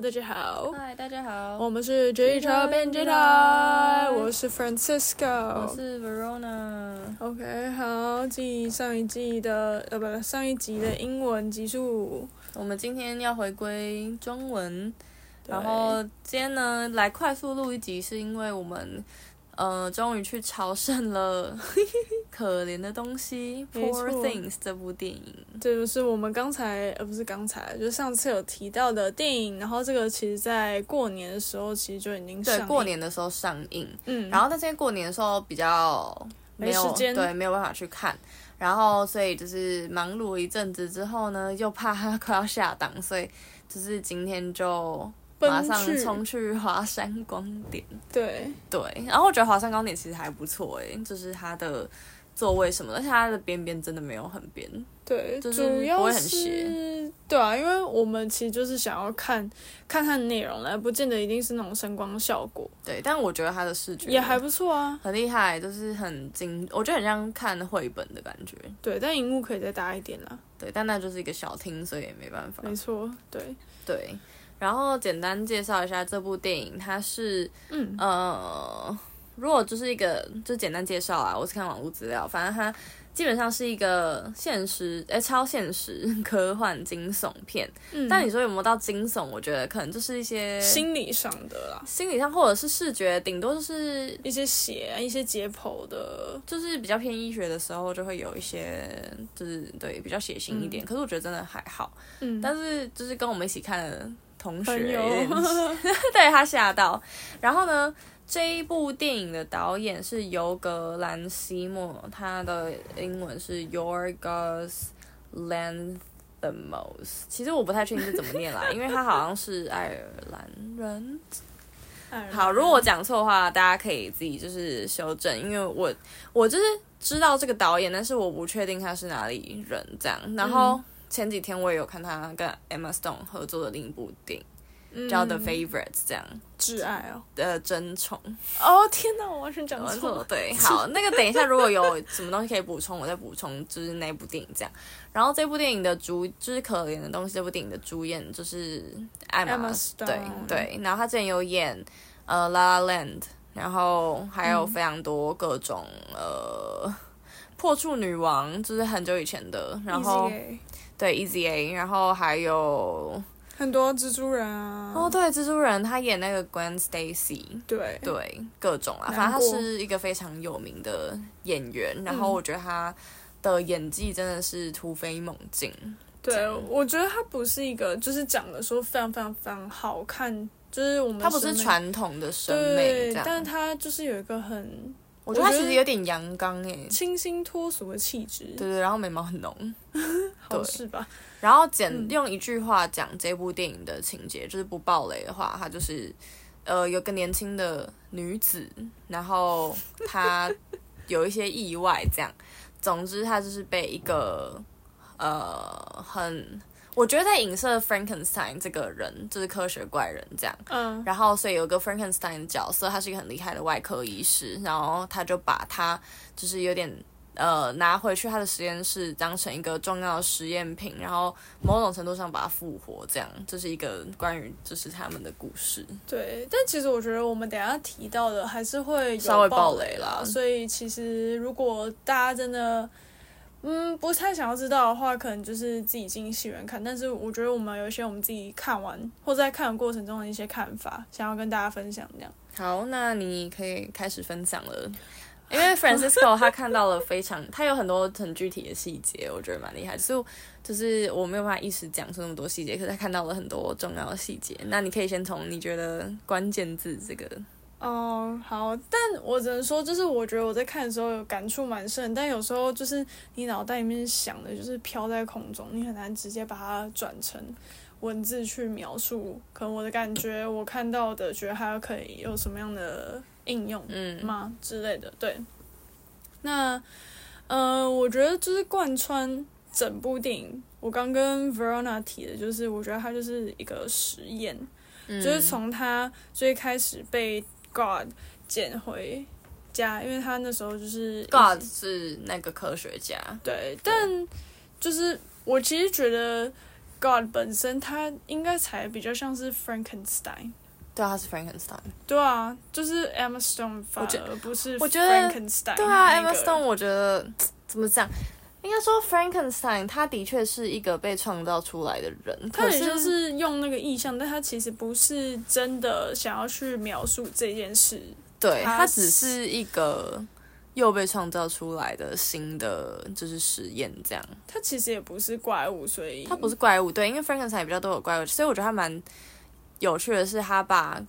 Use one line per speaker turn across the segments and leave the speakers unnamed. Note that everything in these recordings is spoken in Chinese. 大家好，
嗨，大家好，
我们是追潮变追台，我是 Francisco，
我是 Verona。
OK，好，记上一季的呃不上一集的英文集数，
我们今天要回归中文，
对
然后今天呢来快速录一集，是因为我们呃终于去朝圣了 可怜的东西《
没
Poor
错
Things》这部电影。
这就是我们刚才呃不是刚才，就是上次有提到的电影，然后这个其实在过年的时候其实就已经上
对，
映
过年的时候上映，
嗯，
然后但是因为过年的时候比较
没
有
时间
对，没有办法去看。然后，所以就是忙碌一阵子之后呢，又怕它快要下档，所以就是今天就马
奔
上
去
冲去华山光点。
对
对，然后我觉得华山光点其实还不错诶，就是它的座位什么的，而且它的边边真的没有很边。
对，
就是
主
不
要
会很
是对啊，因为我们其实就是想要看看看内容啦，不见得一定是那种声光效果，
对，但我觉得它的视觉
也还不错啊。
很厉害，就是很精，我觉得很像看绘本的感觉。
对，但荧幕可以再大一点啦，
对，但那就是一个小厅，所以也没办法。
没错，对，
对，然后简单介绍一下这部电影，它是
嗯，
呃，如果就是一个就简单介绍啊，我是看网络资料，反正它基本上是一个现实诶、超现实科幻惊悚片，
嗯
但你说有没有到惊悚？我觉得可能就是一些
心理上的啦，
心理上或者是视觉，顶多就是。
一些血、一些解剖的，
就是比较偏医学的时候，就会有一些，就是对比较血腥一点。可是我觉得真的还好，
嗯，
但是就是跟我们一起看的同学
朋
有
友
点 对他吓到。然后呢，这一部电影的导演是尤格兰·西莫，他的英文是 Yorgos Lanthimos。其实我不太确定是怎么念啦，因为他好像是爱尔兰人。好，如果我讲错的话，大家可以自己就是修正，因为我我就是知道这个导演，但是我不确定他是哪里人这样。然
嗯
后前几天我也有看他跟 Emma Stone 合作的另一部电影叫《The
嗯
Favorites》这样。
挚爱哦，
的争宠，
哦天哪，我完全讲
没
错
哦错
了，，
对，好，那个等一下如果有什么东西可以补充，我再补充，就是那部电影这样。然后这部电影的主就是可怜的东西，这部电影的主演就是艾玛
Emma，Stone
对对，然后她之前有演呃《La La Land》，然后还有非常多各种、呃。破处女王就是很久以前的，然后
Easy
对 E Z A，然后还有
A，很多蜘蛛人啊，
哦对蜘蛛人，他演那个 Gwen Stacy，
对，
对，各种啊，
难
反正他
过嗯
是一个非常有名的演员，然后我觉得他的演技真的是突飞猛进。这
对，
样
我觉得它不是一个，就是讲的说非常非常非常好看，就是我们
他不是
审美
传统的审美
对
这，样，
但它就是有一个很
我觉得他
我觉
其
得
实有点阳刚诶、
清新脱俗的气质，
对对，然后眉毛很浓，
好
对
事吧？
然后简、用一句话讲这部电影的情节，就是不暴雷的话，它就是呃有个年轻的女子，然后她有一些意外，这样，总之她就是被一个呃很。我觉得在影射 Frankenstein 这个人，就是科学怪人这样。
嗯，
然后，所以有个 Frankenstein 的角色，他是一个很厉害的外科医师，然后他就把他就是有点呃拿回去他的实验室，当成一个重要的实验品，然后某种程度上把它复活，这样这是一个关于就是他们的故事。
对，但其实我觉得我们等一下提到的还是会有
稍微
爆
爆雷啦
所以其实如果大家真的。嗯，不太想要知道的话，可能就是自己进戏院看。但是我觉得我们有一些我们自己看完或者在看的过程中的一些看法，想要跟大家分享这样。
好，那你可以开始分享了。因为 Francisco 他看到了非常，他有很多很具体的细节，我觉得蛮厉害。就是就是我没有办法一时讲出那么多细节，可是他看到了很多重要的细节。那你可以先从你觉得关键字这个
哦、好，但我只能说，就是我觉得我在看的时候有感触蛮深，但有时候就是你脑袋里面想的，就是飘在空中，你很难直接把它转成文字去描述。可能我的感觉，我看到的，觉得它可以有什么样的应用
嗯
吗之类的？对，那呃，我觉得就是贯穿整部电影。我刚跟 Verona 提的，就是我觉得它就是一个实验，
嗯
就是从他最开始被 God 捡回家，因为他那时候就是一直
God 是那个科学家，
对，但就是我其实觉得 God 本身，它应该才比较像是 Frankenstein。
对啊，他是 Frankenstein。
对啊，就是 Emma Stone 反
我觉
而不是
我觉得
Frankenstein
对
那
啊，Emma
个
Stone，我觉得怎么讲？应该说 Frankenstein，他的确是一个被创造出来的人，
他
可
很
是
像是用那个意象，但他其实不是真的想要去描述这件事。
对
他
他只是一个又被创造出来的新的就是实验这样。
他其实也不是怪物，所以
它不
是
是怪物，对，因为 Frankenstein 比较多有怪物，所以我觉得他蛮有趣的是，他把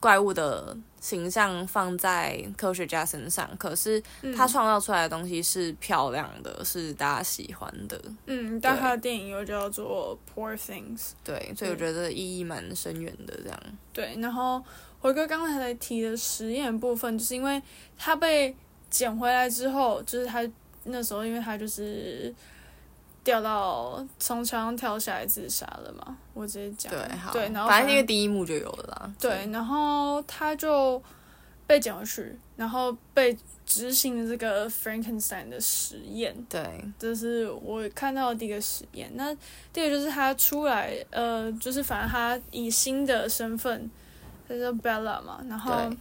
怪物的形象放在科学家身上，可是
嗯
他创造出来的东西是漂亮的，是大家喜欢的，
嗯，但他的电影又叫做《Poor Things》。
对，所以我觉得意义蛮深远的。这样，
对，然后回归刚才提的实验部分，就是因为他被捡回来之后，就是他那时候因为他就是掉到从墙上跳下来自杀了嘛，我直接讲
对，好，
对，然后
反正因为第一幕就有了啦，
对，然后他就被捡回去，然后被执行了这个 Frankenstein 的实验，
对，
这是我看到的第一个实验。那第二个就是他出来，呃，就是反正他以新的身份，他叫 Bella 嘛，然后
对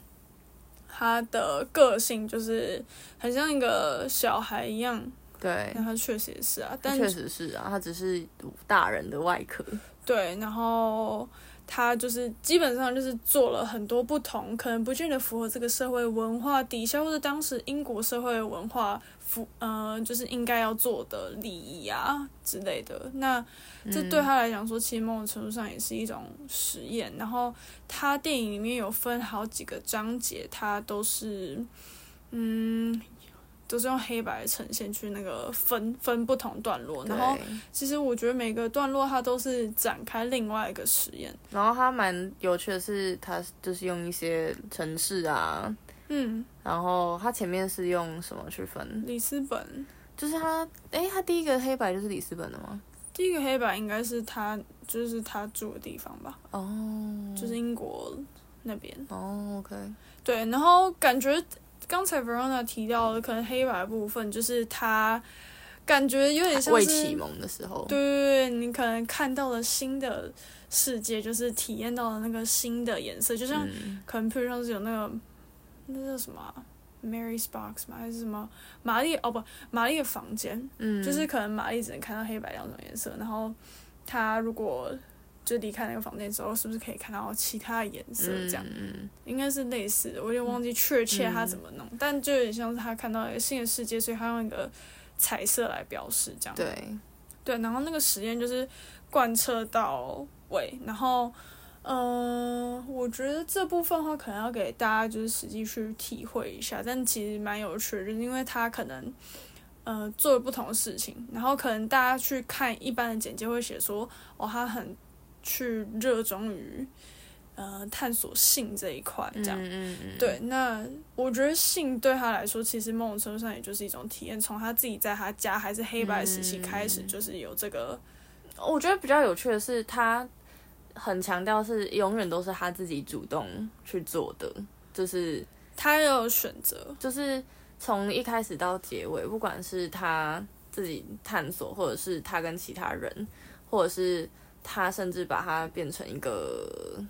他的个性就是很像一个小孩一样，
对
那，他确实也是啊，
它
但
确实是啊，它只是大人的外壳，
对，然后他就是基本上就是做了很多不同，可能不见得符合这个社会文化底下或者当时英国社会文化符呃就是应该要做的礼仪啊之类的。那这对他来讲说，其实某种程度上也是一种实验。然后他电影里面有分好几个章节，他都是嗯。都是用黑白呈现去那个分分不同段落，然后
对
其实我觉得每个段落它都是展开另外一个实验。
然后它蛮有趣的是，它就是用一些城市啊，
嗯，
然后它前面是用什么去分？
里斯本
就是它，诶，它第一个黑白就是里斯本的吗？
第一个黑板应该是他，就是他住的地方吧，
哦，
就是英国那边。
哦，OK，
对，然后感觉刚才 Verona 提到的可能黑白的部分，就是他感觉有点像
未
是
启蒙的时候，
对对对，你可能看到了新的世界，就是体验到了那个新的颜色，就像
嗯，
可能譬如像是有那个那叫什么啊、Mary's Box 吗？还是什么玛丽哦不玛丽的房间，
嗯，
就是可能玛丽只能看到黑白两种颜色，然后她如果就离开那个房间之后，是不是可以看到其他的颜色？这样、
嗯，
应该是类似的，我有点忘记确切她
嗯
怎么弄，但就有点像是她看到一个新的世界，所以她用一个彩色来表示这样。
对，
对，然后那个实验就是贯彻到位，然后，嗯、我觉得这部分的话，可能要给大家就是实际去体会一下，但其实蛮有趣的，就是因为它可能，呃，做了不同的事情，然后可能大家去看一般的简介会写说，哦，他很去热衷于，呃，探索性这一块这样。
嗯嗯嗯，
对，那我觉得性对他来说，其实某种程度上也就是一种体验。从他自己在他家还是黑白时期开
嗯
始，就是有这个，
我觉得比较有趣的是，他很强调是永远都是他自己主动去做的，就是
他有选择。
就是从一开始到结尾，不管是他自己探索，或者是他跟其他人，或者是他甚至把它变成一个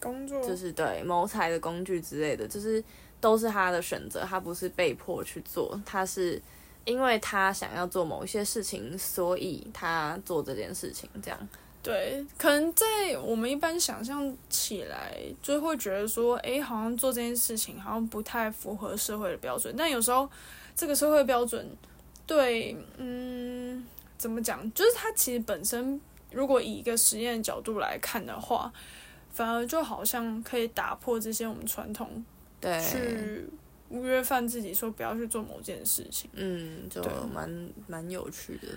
工作
就是对谋财的工具之类的，就是都是他的选择，他不是被迫去做，他是因为他想要做某一些事情，所以他做这件事情这样。
对，可能在我们一般想象起来，就会觉得说，诶，好像做这件事情好像不太符合社会的标准。但有时候这个社会标准，对，嗯，怎么讲？就是它其实本身，如果以一个实验角度来看的话，反而就好像可以打破这些我们传统
对，
去嗯约范自己说不要去做某件事情。
嗯，就
对
蛮蛮有趣的，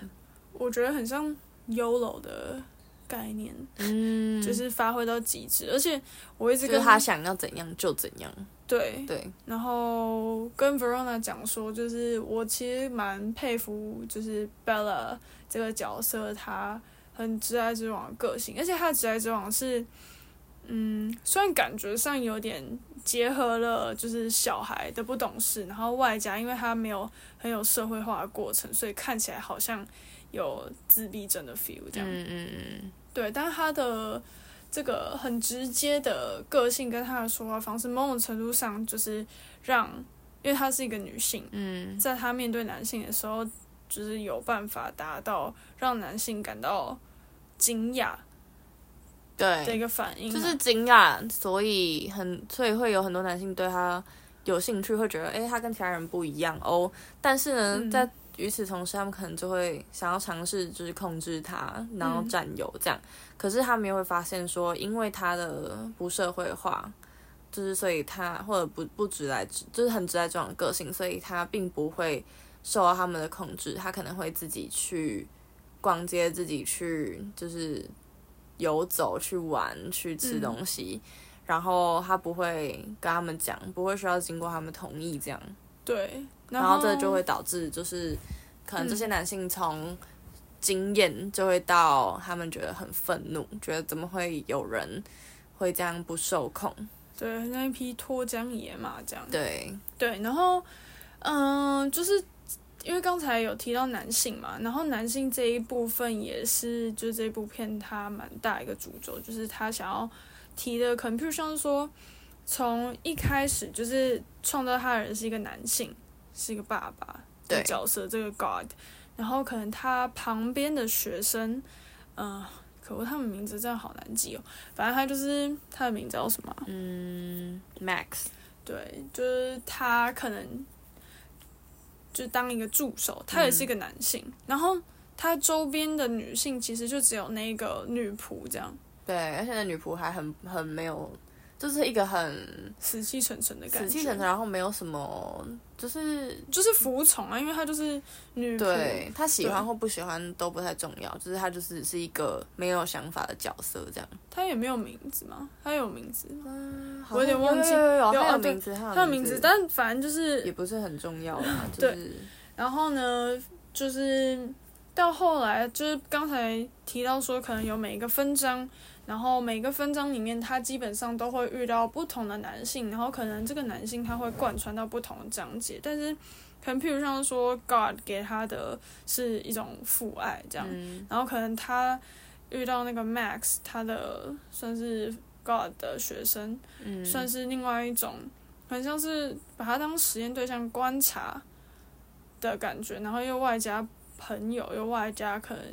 我觉得很像 YOLO 的概念。
嗯
就
就是
是发挥到极致。而且我一直
就是
跟
他想要怎样就怎样，
对，
对，
然后跟 Verona 讲说，就是我其实蛮佩服，就是 Bella 这个角色，她很直来直往的个性，而且她的直来直往是，嗯，虽然感觉上有点结合了就是小孩的不懂事，然后外加因为他没有很有社会化的过程，所以看起来好像有自闭症的 feel 这样。
嗯嗯嗯，
对，但他的这个很直接的个性跟他的说话方式，某种程度上就是让，因为她是一个女性，
嗯，
在她面对男性的时候，就是有办法达到让男性感到惊讶的
对，
一个反应嘛，啊
就是惊讶，所以很所以会有很多男性对他有兴趣，会觉得哎、诶他跟其他人不一样哦。但是呢，
嗯
在与此同时，他们可能就会想要尝试就是控制他，然后
嗯
占有这样。可是他们也会发现说，因为他的不社会化。就是，所以他或者不不直来直，就是很直来直往的个性，所以他并不会受到他们的控制，他可能会自己去逛街，自己去就是游走、去玩、去吃
嗯
东西，然后他不会跟他们讲，不会需要经过他们同意这样，
对，
然
后
后这就会导致就是可能这些男性从经验就会到他们觉得很愤怒，觉得怎么会有人会这样不受控？
对那一匹脱缰野马这样。
对，
对，然后嗯、就是因为刚才有提到男性嘛，然后男性这一部分也是就这部片它蛮大一个主轴，就是他想要提的，可能譬如像是说，从一开始就是创造他的人是一个男性，是一个爸爸的
对
角色，这个 God，然后可能他旁边的学生，嗯、可恶，他们名字真的好难记哦。反正他就是他的名字叫什么啊？
嗯，Max，
对，就是他可能就当一个助手，他也是一个男性，然后他周边的女性其实就只有那个女仆这样
对，而且那女仆还很很没有，就是一个很
死气沉沉的感
死
觉，
气沉沉，然后没有什么，就是
就是服从啊，因为她就是女仆，
对他喜欢
对
或不喜欢都不太重要，就是他就是是一个没有想法的角色这样。
她也没有名字嘛，她有名字吗，
嗯，
我有点忘记
有有有
有
他
啊
有
对
名字，他
她有名字，但反正就
也
是，
不是很重 要啦，就
对
是
然后呢，就是到后来就是刚才提到说，可能有每一个分章，然后每个分章里面，他基本上都会遇到不同的男性，然后可能这个男性他会贯穿到不同的章节，但是可能譬如像说 God 给他的是一种父爱这样，
嗯
然后可能他遇到那个 Max，他的算是 God 的学生，
嗯，
算是另外一种，很像是把他当实验对象观察的感觉，然后又外加朋友，又外加可能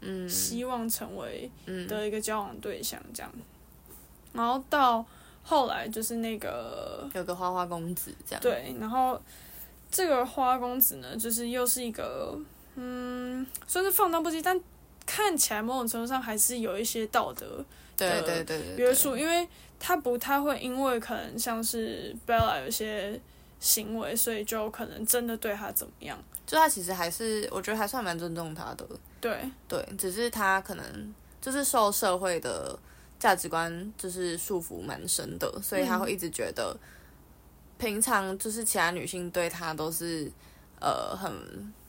嗯
希望成为
嗯
的一个交往对象这样。然后到后来就是那个
有个花花公子这样，，
对，然后这个花公子呢，就是又是一个嗯，算是放荡不羁，但看起来某种程度上还是有一些道德
对
的
对对对，
约
对
束，，因为他不太会因为可能像是 Bella 有些行为，所以就可能真的对他怎么样。
就他其实还是我觉得还算蛮尊重他的，
对
对，只是他可能就是受社会的价值观就是束缚蛮深的，所以他
嗯
会一直觉得，平常就是其他女性对他都是呃很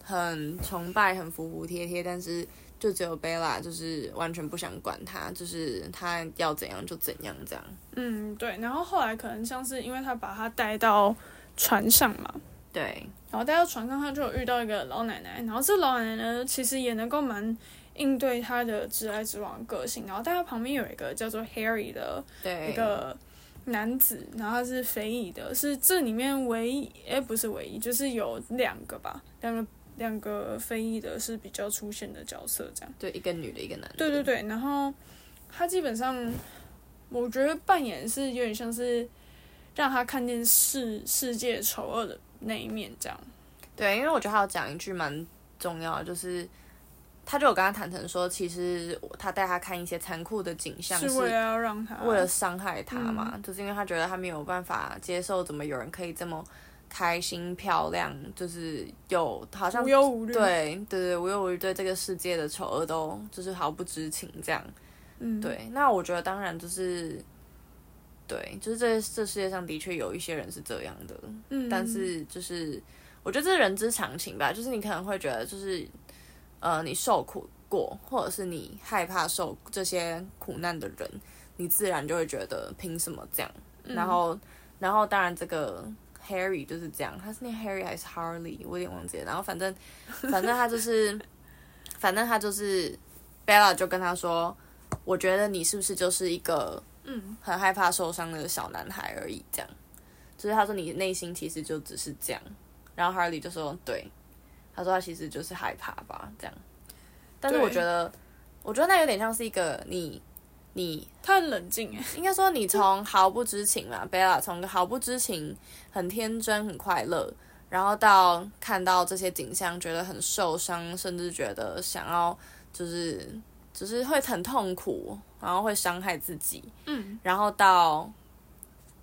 很崇拜、很服服帖帖，但是就只有贝拉就是完全不想管他，就是他要怎样就怎样这样。
嗯，对。然后后来可能像是因为他把他带到船上嘛，
对，
然后带到船上，他就有遇到一个老奶奶，然后这老奶奶呢，其实也能够蛮应对他的直来直往的个性。然后但他旁边有一个叫做 Harry 的
对，
一个男子，然后他是非裔的，是这里面唯一，哎、不是唯一，就是有两个吧，两个两个非裔的是比较出现的角色这样。
对一个女的，一个男的。
对对，对，然后他基本上，我觉得扮演是有点像是让他看见世世界丑恶的那一面这样。
对，因为我觉得他有讲一句蛮重要的，就是他就有跟他坦诚说，其实我他带他看一些残酷的景象
是为了嗯要让他
为了伤害他嘛，就是因为他觉得他没有办法接受，怎么有人可以这么开心、漂亮，就是有好像
无忧无虑，，
对对对，无忧无虑，对这个世界的丑恶都就是毫不知情这样。
嗯，
对，那我觉得当然就是，对，就是这这世界上的确有一些人是这样的，
嗯，
但是就是我觉得这是人之常情吧，就是你可能会觉得就是呃你受苦过，或者是你害怕受这些苦难的人，你自然就会觉得凭什么这样？然后，然后当然这个 Harry 就是这样，他是念 Harry 还是 Harley，我有点忘记了。然后反正，反正他就是， 反正他就是 Bella 就跟他说，我觉得你是不是就是一个
嗯
很害怕受伤的小男孩而已，这样。就是他说你内心其实就只是这样，然后 Harley 就说对，他说他其实就是害怕吧，这样。但是
对
我觉得，我觉得那有点像是一个你你
他很冷静哎，
应该说你从毫不知情嘛，Bella 从个毫不知情、很天真、很快乐，然后到看到这些景象，觉得很受伤，甚至觉得想要就是就是会很痛苦，然后会伤害自己，
嗯，
然后到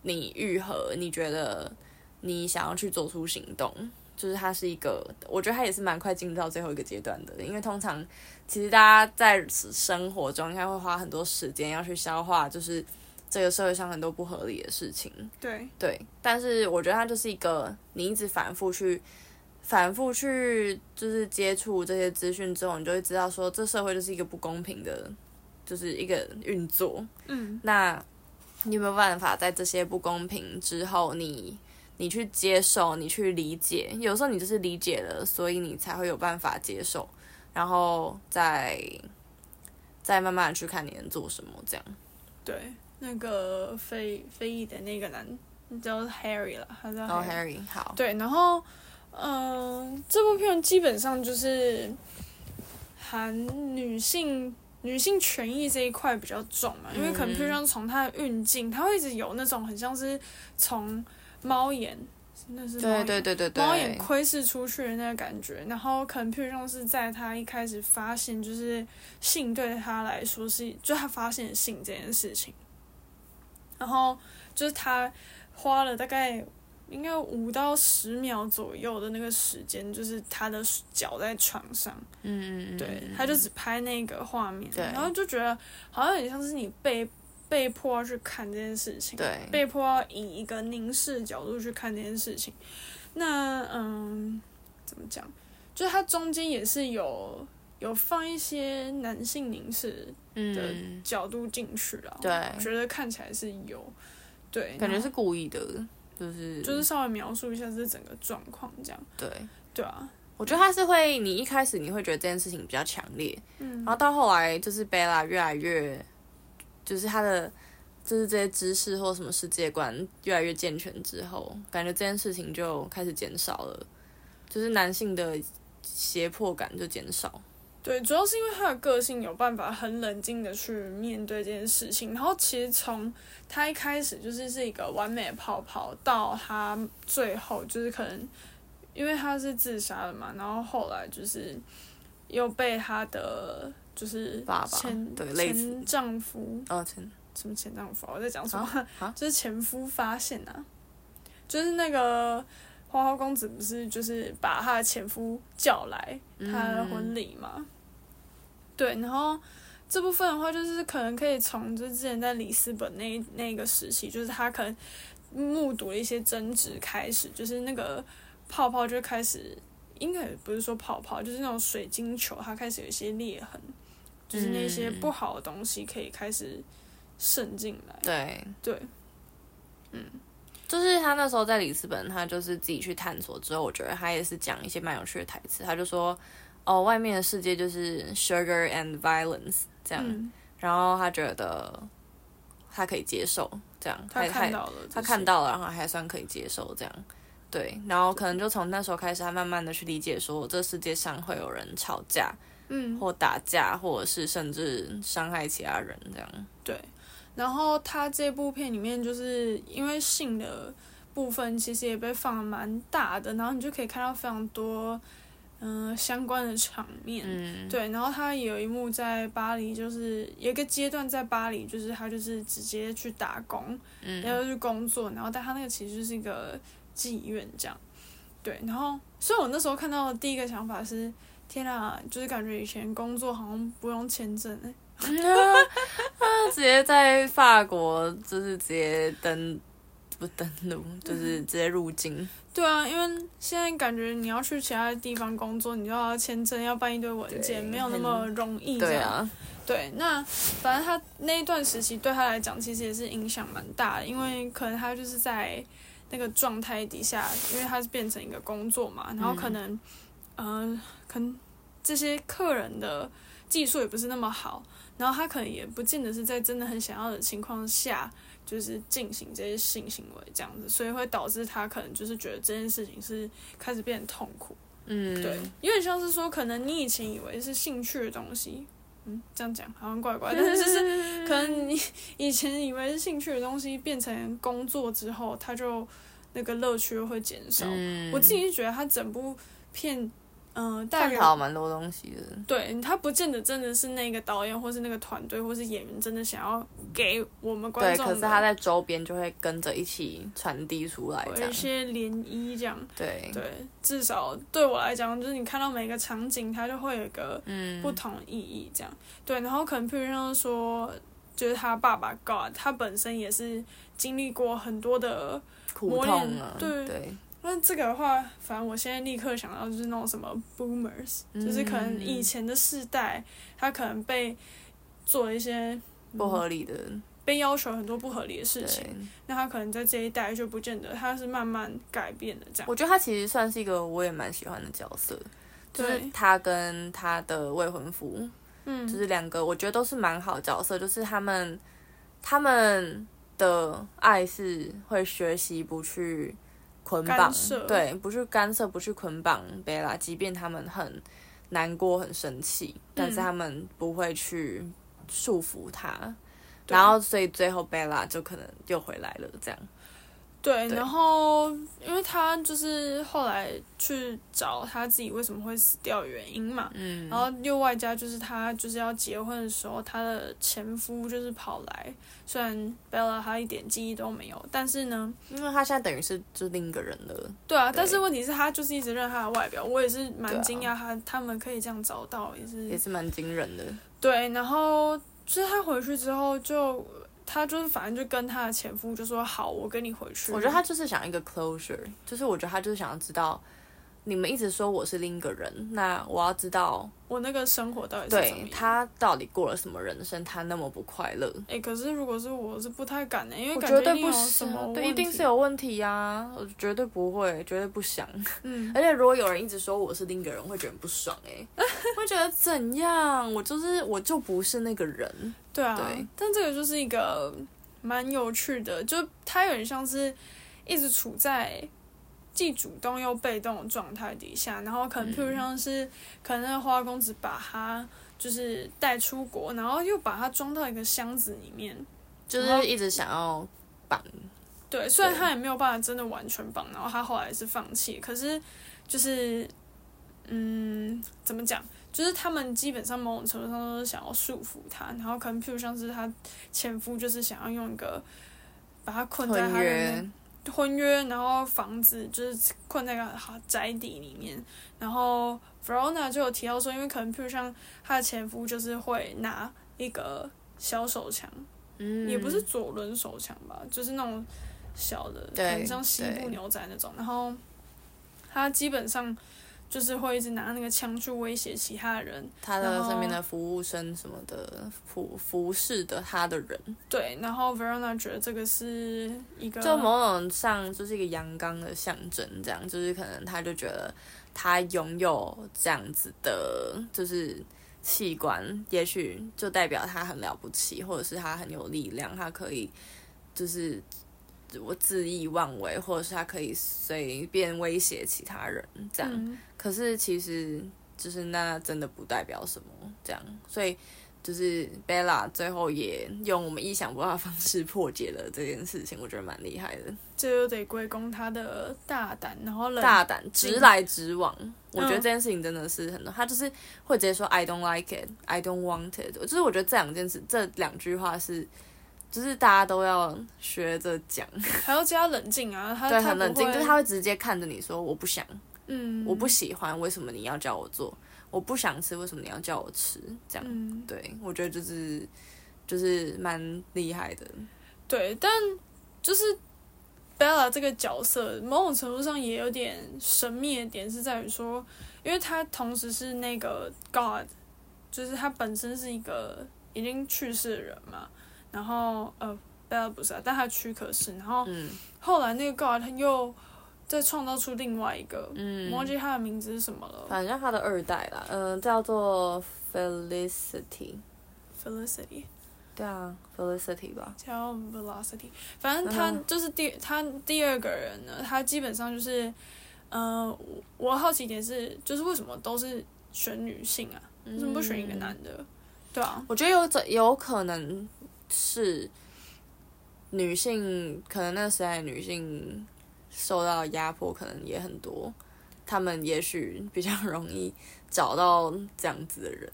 你愈合，你觉得你想要去做出行动，就是它是一个，我觉得它也是蛮快进到最后一个阶段的，因为通常其实大家在生活中应该会花很多时间要去消化，就是这个社会上很多不合理的事情，
对，
对，但是我觉得它就是一个你一直反复去、反复去就是接触这些资讯之后，你就会知道说这社会就是一个不公平的，就是一个运作。
嗯，
那你有没有办法在这些不公平之后你，你去接受，你去理解？有时候你就是理解了，所以你才会有办法接受，然后再再慢慢地去看你能做什么这样。
对，那个非非裔的那个男叫 Harry 了，他叫
然后哦 Harry 好，
对，然后，嗯、这部片基本上就是含女性女性权益这一块比较重嘛，因为可能
嗯
譬如像从它的运镜，它会一直有那种很像是从猫眼，那是猫
对
眼
对对对对，
猫眼窥视出去的那个感觉，然后可能譬如像是在他一开始发现，就是性对他来说是，就他发现性这件事情，然后就是他花了大概应该五到十秒左右的那个时间，就是他的脚在床上，
嗯嗯嗯，
对
嗯，
他就只拍那个画面，
对
然后就觉得好像很像是你被被迫要去看这件事情，
对
被迫要以一个凝视角度去看这件事情。那嗯，怎么讲？就是它中间也是有有放一些男性凝视
嗯，
角度进去了，
对
我觉得看起来是有，对，
感觉
然
是
后
故意的，就是
就是稍微描述一下这整个状况，这样，
对。
对啊，
我觉得他是会，你一开始你会觉得这件事情比较强烈，嗯，然后到后来就是 Bella 越来越，就是他的就是这些知识或什么世界观越来越健全之后，感觉这件事情就开始减少了，就是男性的胁迫感就减少，
对，主要是因为他的个性有办法很冷静的去面对这件事情，然后其实从他一开始就是是一个完美的泡泡，到他最后就是可能因为他是自杀了嘛，然后后来就是又被他的就是
爸爸
前
对类似
前丈夫
哦，真的
什么前丈夫啊、我在讲什么？
啊
就是前夫发现啊，就是那个花花公子不是就是把她的前夫叫来她的婚礼嘛？对，然后这部分的话，就是可能可以从就是之前在里斯本那那个时期，就是他可能目睹了一些争执开始，就是那个泡泡就开始，应该也不是说泡泡，就是那种水晶球，它开始有一些裂痕，就是那些
嗯
不好的东西可以开始渗进来。
对，嗯
对，
就是他那时候在里斯本，他就是自己去探索之后，我觉得他也是讲一些蛮有趣的台词。他就说：“哦，外面的世界就是 sugar and violence 这样。
嗯，
然后他觉得他可以接受这样，
他看
到。
到了，
他看，到了，然后还算可以接受这样。对，然后可能就从那时候开始，他慢慢的去理解说，这世界上会有人吵架
嗯，
或打架，或者是甚至伤害其他人这样。
对，然后他这部片里面就是因为性的部分，其实也被放得蛮大的，然后你就可以看到非常多嗯、呃相关的场面。
嗯，
对，然后他有一幕在巴黎，就是有一个阶段在巴黎，就是他就是直接去打工，
嗯
然后去工作，然后但他那个其实就是一个妓院这样。对，然后所以我那时候看到的第一个想法是，天啊，就是感觉以前工作好像不用签证哎、
他直接在法国就是直接登不登陆，就是直接入境。
对啊，因为现在感觉你要去其他地方工作，你就要签证，要办一堆文件，
对
没有那么容易。
对，啊，
对，那反正他那一段时期对他来讲，其实也是影响蛮大的，因为可能他就是在那个状态底下，因为他是变成一个工作嘛，然后可能，呃，可能这些客人的技术也不是那么好，然后他可能也不见得是在真的很想要的情况下，就是进行这些性行为这样子，所以会导致他可能就是觉得这件事情是开始变得痛苦。
嗯，
对，有点像是说，可能你以前以为是兴趣的东西，嗯，这样讲好像怪怪，但是就是可能你以前以为是兴趣的东西变成工作之后，它就那个乐趣会减少。
嗯，
我自己是觉得它整部片，嗯、呃，带
探
给
讨蛮多东西的，
对它不见得真的是那个导演或是那个团队或是演员真的想要给我们观
对，
众
可
的，
是他在周边就会跟着一起传递出来，嗯这
有
样
一，些涟漪这样。
对，
对，至少对我来讲，就是你看到每个场景，它就会有一个
嗯
不同的意义，这样、对。然后可能譬如像是说，就是他爸爸 God，他本身也是经历过很多的。
苦
磨
痛
练
啊，
对
对，
那这个的话，反正我现在立刻想到就是那种什么 boomers，、就是可能
嗯
以前的世代，他可能被做了一些
不合理的
被要求很多不合理的事
对，
情，那他可能在这一代就不见得，他是慢慢改变的这样。
我觉得他其实算是一个我也蛮喜欢的角色，就是
对
他跟他的未婚夫，
嗯，
就是两个我觉得都是蛮好的角色，就是他们他们的爱是会学习不去捆绑
干涉，
对，不去干涉，不去捆绑贝拉，即便他们很难过、很生气，但
嗯
是他们不会去束缚他。
对
然后，所以最后贝拉就可能又回来了，这样。
对，
对
然后因为他就是后来去找他自己为什么会死掉的原因嘛，
嗯，
然后又外加就是他就是要结婚的时候，他的前夫就是跑来，虽然 Bella 他一点记忆都没有，但是呢，
因为他现在等于是就是另一个人了。
对啊，
对
但是问题是他就是一直认他的外表，我也是
对
蛮
啊
惊讶他、他们可以这样找到，也是
也是蛮惊人的。
对，然后就是他回去之后就。他就是反正就跟他的前夫就说好，我跟你回去。
我觉得他就是想要一个 closure，就是我觉得他就是想要知道，你们一直说我是另一个人，那我要知道，
我那个生活到底是怎么
对
样
他到底过了什么人生，他那么不快乐。
哎、可是如果是我是不太敢的、因为
我
感
绝
觉
对
一定
不
有什
行
么，问
对，一定
题
是有问题呀、我绝对不会，绝对不 想。
嗯，
而且如果有人一直说我是另一个人，我会觉得很不爽 哎、会觉得怎样？我就是我就不是那个人。
对啊
对
但这个就是一个蛮有趣的，就它有点像是一直处在既主动又被动的状态底下，然后可能譬
嗯
如像是、可能那个花公子把他就是带出国，然后又把他装到一个箱子里面。
就
然后
是一直想要绑，
对，虽然
对
他也没有办法真的完全绑，然后他后来是放弃，可是就是，嗯，怎么讲？就是他们基本上某种程度上都是想要束缚他，然后可能譬如像是他前夫就是想要用一个把他困在
婚
他的那
约，
婚约，然后房子就是困在一个好宅邸里面。然后 Verona 就有提到说，因为可能譬如像她的前夫就是会拿一个小手枪，
嗯
也不是左轮手枪吧，就是那种小的，
对
很像西部
对
牛仔那种。然后他基本上就是会一直拿那个枪去威胁其他人，
他
然
的
后
身边的服务生什么的服服侍的他的人，
对。然后 Verona 觉得这个是一个
就某种上就是一个阳刚的象征，这样就是可能他就觉得他拥有这样子的，就是器官，也许就代表他很了不起，或者是他很有力量，他可以就是我恣意妄为，或者是他可以随便威胁其他人这样。
嗯
可是其实就是那真的不代表什么，这样，所以就是 Bella 最后也用我们意想不到的方式破解了这件事情，我觉得蛮厉害的，
这又得归功他的大胆，然后冷
大胆
静
直来直往。我觉得这件事情真的是很多，他就是会直接说
嗯
I don't like it, I don't want it，就是我觉得这两件事，这两句话是。就是大家都要学着讲，
还要加冷静啊，他
对，
他
很冷静，
不
就
会
是他会直接看着你说我不想，
嗯，
我不喜欢，为什么你要叫我做？我不想吃，为什么你要叫我吃？这样，
嗯
对我觉得就是就是蛮厉害的，
对，但就是 Bella 这个角色，某种程度上也有点神秘的点是在于说，因为她同时是那个 God，就是她本身是一个已经去世的人嘛，然后呃贝拉不是、啊，但他躯壳是，然后
嗯
后来那个告他又再创造出另外一个，我忘
嗯，
记他的名字是什么了
反正他的二代啦，嗯、叫做 Felicity，
，Felicity
对啊，Felicity 吧，
叫 Velocity，反正他
嗯
就是第、他第二个人呢，他基本上就是，呃，我我好奇一点是，就是为什么都是选女性啊？为什么不选一个男
嗯
的？对啊，
我觉得有这有可能是女性，可能那时代的女性受到的压迫可能也很多，她们也许比较容易找到这样子的人。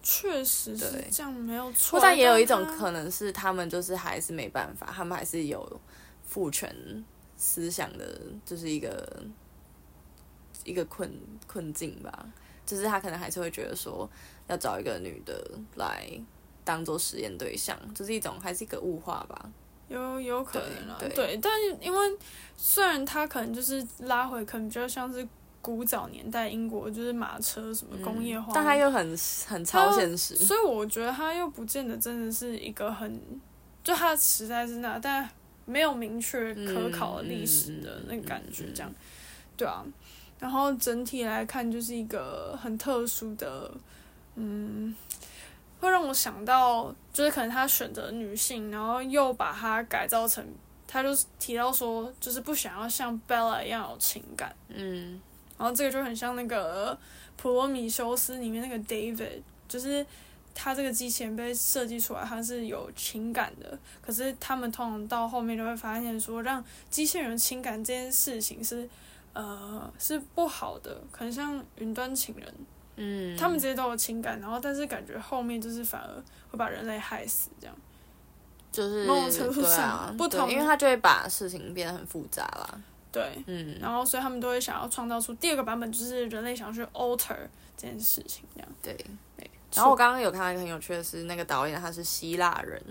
确实是
对
这样，没有错
或
啊。
但也有一种
但他
可能是，她们就是还是没办法，她们还是有父权思想的，就是一个一个困困境吧。就是她可能还是会觉得说，要找一个女的来当做实验对象，就是一种还是一个物化吧。
有有可能啊，
对对
但是因为虽然他可能就是拉回，可能比较像是古早年代英国就是马车什么工业化，
嗯但她又很很超现实。
所以我觉得哦他又不见得真的是一个很，就他的时代是那，但没有明确可考的历史的那个感觉，这样，对啊。然后整体来看，就是一个很特殊的，嗯，会让我想到，就是可能他选择女性，然后又把她改造成，他就是提到说，就是不想要像 Bella 一样有情感，
嗯
然后这个就很像那个《普罗米修斯》里面那个 David，就是他这个机器人被设计出来，他是有情感的。可是他们通常到后面就会发现说，让机器人有情感这件事情是。呃，是不好的，可能像云端情人，
嗯，
他们这些都有情感，然后但是感觉后面就是反而会把人类害死这样。
就是
某种程度
对
上
啊，
不
对
同
因为她就会把事情变得很复杂啦。
对，
嗯，
然后所以他们都会想要创造出第二个版本，就是人类想要去 alter 这件事情这样。
对。
对
然后我刚刚有看到一个很有趣的是，那个导演他是希腊人，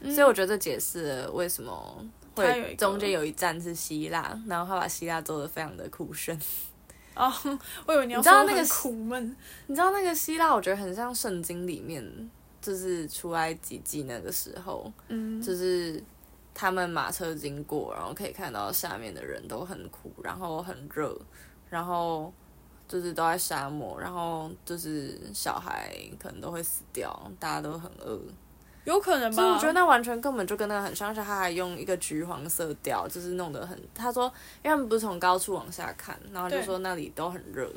嗯
所以我觉得这解释了为什么
他有一
会
个
中间有一站是希腊，然后他把希腊做的非常的酷炫。
哦， 我以为你要
你知道
说
那个
很
是
苦闷，
你知道那个希腊，我觉得很像圣经里面，就是出埃及记那个时候，
嗯，
就是他们马车经过，然后可以看到下面的人都很苦，然后很热，然后就是都在沙漠，然后就是小孩可能都会死掉，大家都很饿，
有可能
所
吧。
以我觉得那完全根本就跟那个很像，而且他还用一个橘黄色调，就是弄得很。他说，因为他们不是从高处往下看，然后就
对
说那里都很热，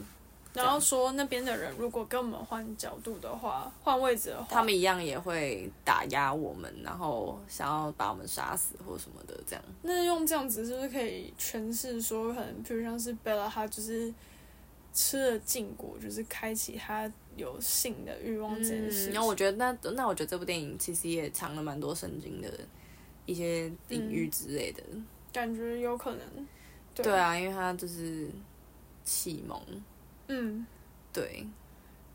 然后说那边的人如果跟我们换角度的话，换位置的话，
他们一样也会打压我们，然后想要把我们杀死或什么的，这样。
那用这样子是不是可以诠释说，可能比如像是贝拉，她就是吃了禁果，就是开启她有性的欲望这件事情。
嗯然后我觉得那那我觉得这部电影其实也藏了蛮多圣经的一些隐喻之类的。
感觉有可能，嗯对
对，啊，因为他就是启蒙，
嗯，
对，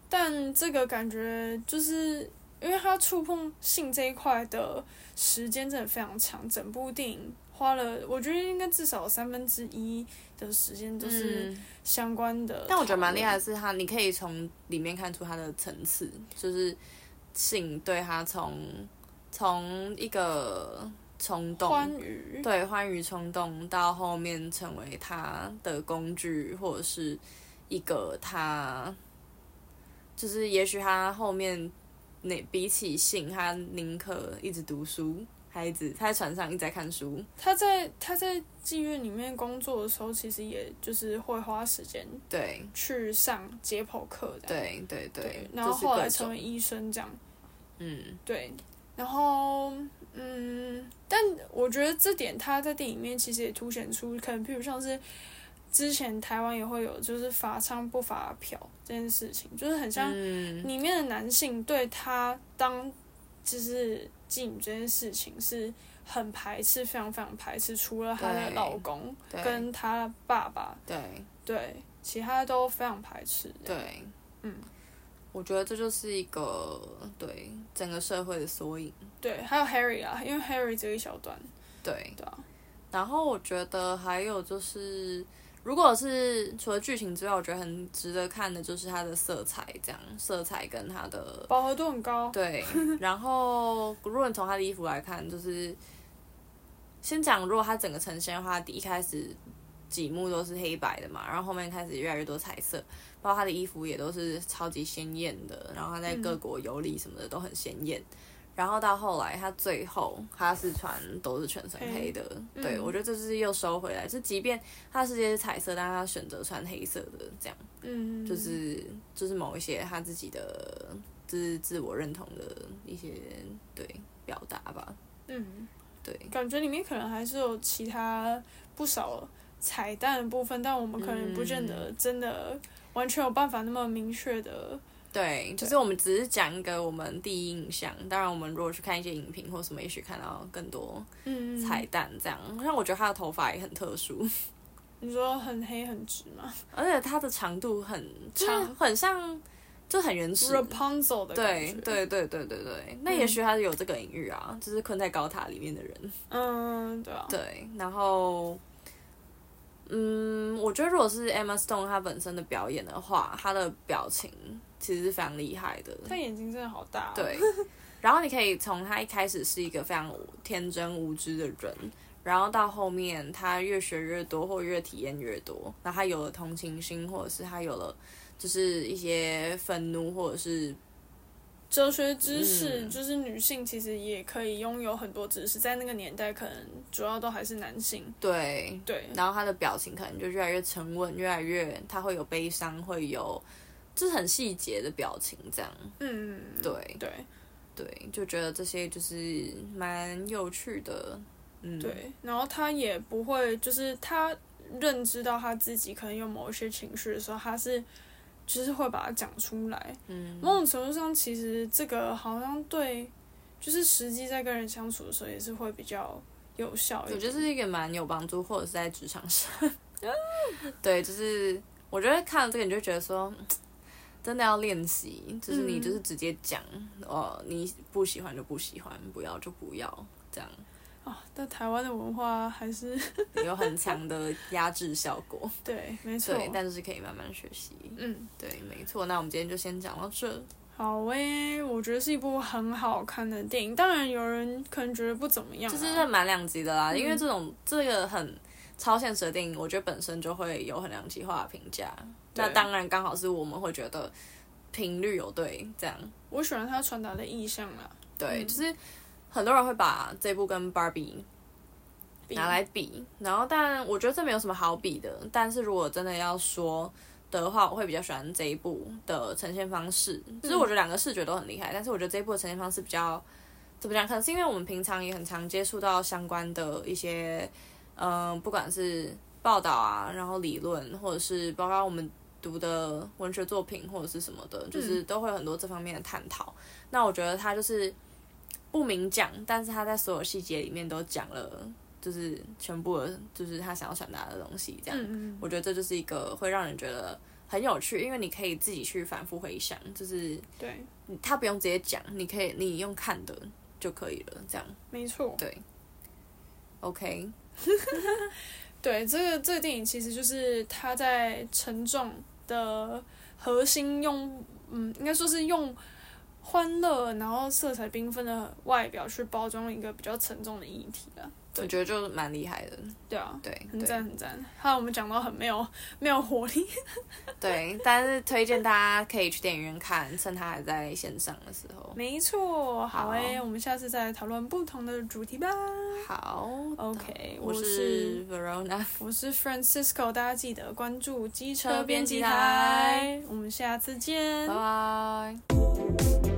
但这个感觉就是因为他触碰性这一块的时间真的非常长，整部电影花了，我觉得应该至少三分之一的时间都是
嗯
相关的、
但我觉得蛮厉害的，是他，你可以从里面看出他的层次，就是性对他从从一个冲
欢
动，
愉，
对欢愉冲动，到后面成为他的工具，或者是一个他，就是也许他后面那比起性，他宁可一直读书，还一直他在船上一直在看书，
他在他在妓院里面工作的时候，其实也就是会花时间
对
去上解剖课这样，
对对对，
然后
就是
后
各
来成
种
为医生这样，
嗯
对，然后嗯，但我觉得这点他在电影里面其实也凸显出，可能譬如像是之前台湾也会有就是罚唱不罚嫖这件事情，就是很像
嗯
里面的男性对他当就是妓女这件事情是很排斥，非常非常排斥，除了她的
对
老公
对
跟她爸爸，
对。
对，其他都非常排斥。
对，
嗯，
我觉得这就是一个对整个社会的缩影。
对，还有 Harry 啊，因为 Harry 只有一小段，
对，
对啊，
然后我觉得还有就是，如果是除了剧情之外，我觉得很值得看的就是它的色彩，这样色彩跟它的
饱和度很高。
对，然后如果你从他的衣服来看，就是先讲，如果他整个呈现的话，一开始几幕都是黑白的嘛，然后后面开始越来越多彩色，包括他的衣服也都是超级鲜艳的，然后他在各国游历什么的都很鲜艳。然后到后来，他最后他是穿都是全身黑的，
嗯
对我觉得这就是又收回来，就即便他的世界是彩色，但他选择穿黑色的这样。
嗯，
就是就是某一些他自己的自自我认同的一些对表达吧，
嗯，
对，
感觉里面可能还是有其他不少彩蛋的部分，但我们可能不见
嗯
得真的完全有办法那么明确的。
对，就是我们只是讲一个我们第一印象。当然，我们如果去看一些影评或什么，也许看到更多
嗯，
彩蛋这样。像我觉得他的头发也很特殊，
你说很黑很直嘛
而且它的长度很
长
长，很像就很原始。
，Rapunzel 啊的感
对
觉。，
对对对对对，那也许他是有这个隐喻啊，就是困在高塔里面的人。
嗯，对啊，
对，然后，嗯，我觉得如果是 Emma Stone 她本身的表演的话，她的表情其实是非常厉害的。
他眼睛真的好大、哦。，
对，然后你可以从她一开始是一个非常天真无知的人，然后到后面她越学越多，或越体验越多，然后她有了同情心，或者是她有了就是一些愤怒，或者是
哲学知识、
嗯
就是女性其实也可以拥有很多知识，在那个年代可能主要都还是男性。
对
对，
然后他的表情可能就越来越沉稳，越来越他会有悲伤，会有就是很细节的表情这样。
嗯，
对
对
对，就觉得这些就是蛮有趣的。嗯，
对，然后他也不会，就是他认知到他自己可能有某一些情绪的时候，他是就是会把它讲出来。
嗯，
某种程度上，其实这个好像对，就是实际在跟人相处的时候也是会比较有效一
我
点。
觉得是一个蛮有帮助，或者是在职场上， 对，就是我觉得看了这个你就觉得说。嗯真的要练习，就是你
嗯
就是直接讲、哦，你不喜欢就不喜欢，不要就不要，这样
啊，但台湾的文化还是
有很强的压制效果。
对，没错。
对，但是可以慢慢学习。
嗯，
对，没错。那我们今天就先讲到这。
好诶、我觉得是一部很好看的电影。当然，有人可能觉得不怎么样、啊，嗯
就是这蛮两极的啦，因为这种这个很超现实的电影，我觉得本身就会有很两极化的评价。
对
那当然，刚好是我们会觉得频率有对，这样
我喜欢他传达的意象啦，
对，
嗯
就是很多人会把这部跟 Barbie
比
拿来比，然后但我觉得这没有什么好比的。但是如果真的要说的话，我会比较喜欢这一部的呈现方式。其实我觉得两个视觉都很厉害，但是我觉得这一部的呈现方式比较怎么讲？可能是因为我们平常也很常接触到相关的一些，嗯、不管是报道啊，然后理论，或者是包括我们读的文学作品或者是什么的，就是都会有很多这方面的探讨。那我觉得他就是不明讲，但是他在所有细节里面都讲了，就是全部的，就是他想要传达的东西。这样，
嗯嗯
我觉得这就是一个会让人觉得很有趣，因为你可以自己去反复回想，就是
嗯，对，
他不用直接讲，你可以你用看的就可以了。这样
没错。
，OK，
对，这个这个电影其实就是他在沉重的核心用，嗯，应该说是用欢乐，然后色彩缤纷的外表去包装一个比较沉重的议题了。
我觉得就蛮厉害的。
对啊，
对，
很
对
赞很赞。还有我们讲到很没有没有活力，
对，但是推荐大家可以去电影院看，趁它还在线上的时候。
没错。好
好
诶、我们下次再讨论不同的主题吧。
好
嗯哦 OK，
我是 Verona，
我是 Francisco，大家记得关注机
车
车
编
编
辑
辑
台
台，我们下次见，
拜拜。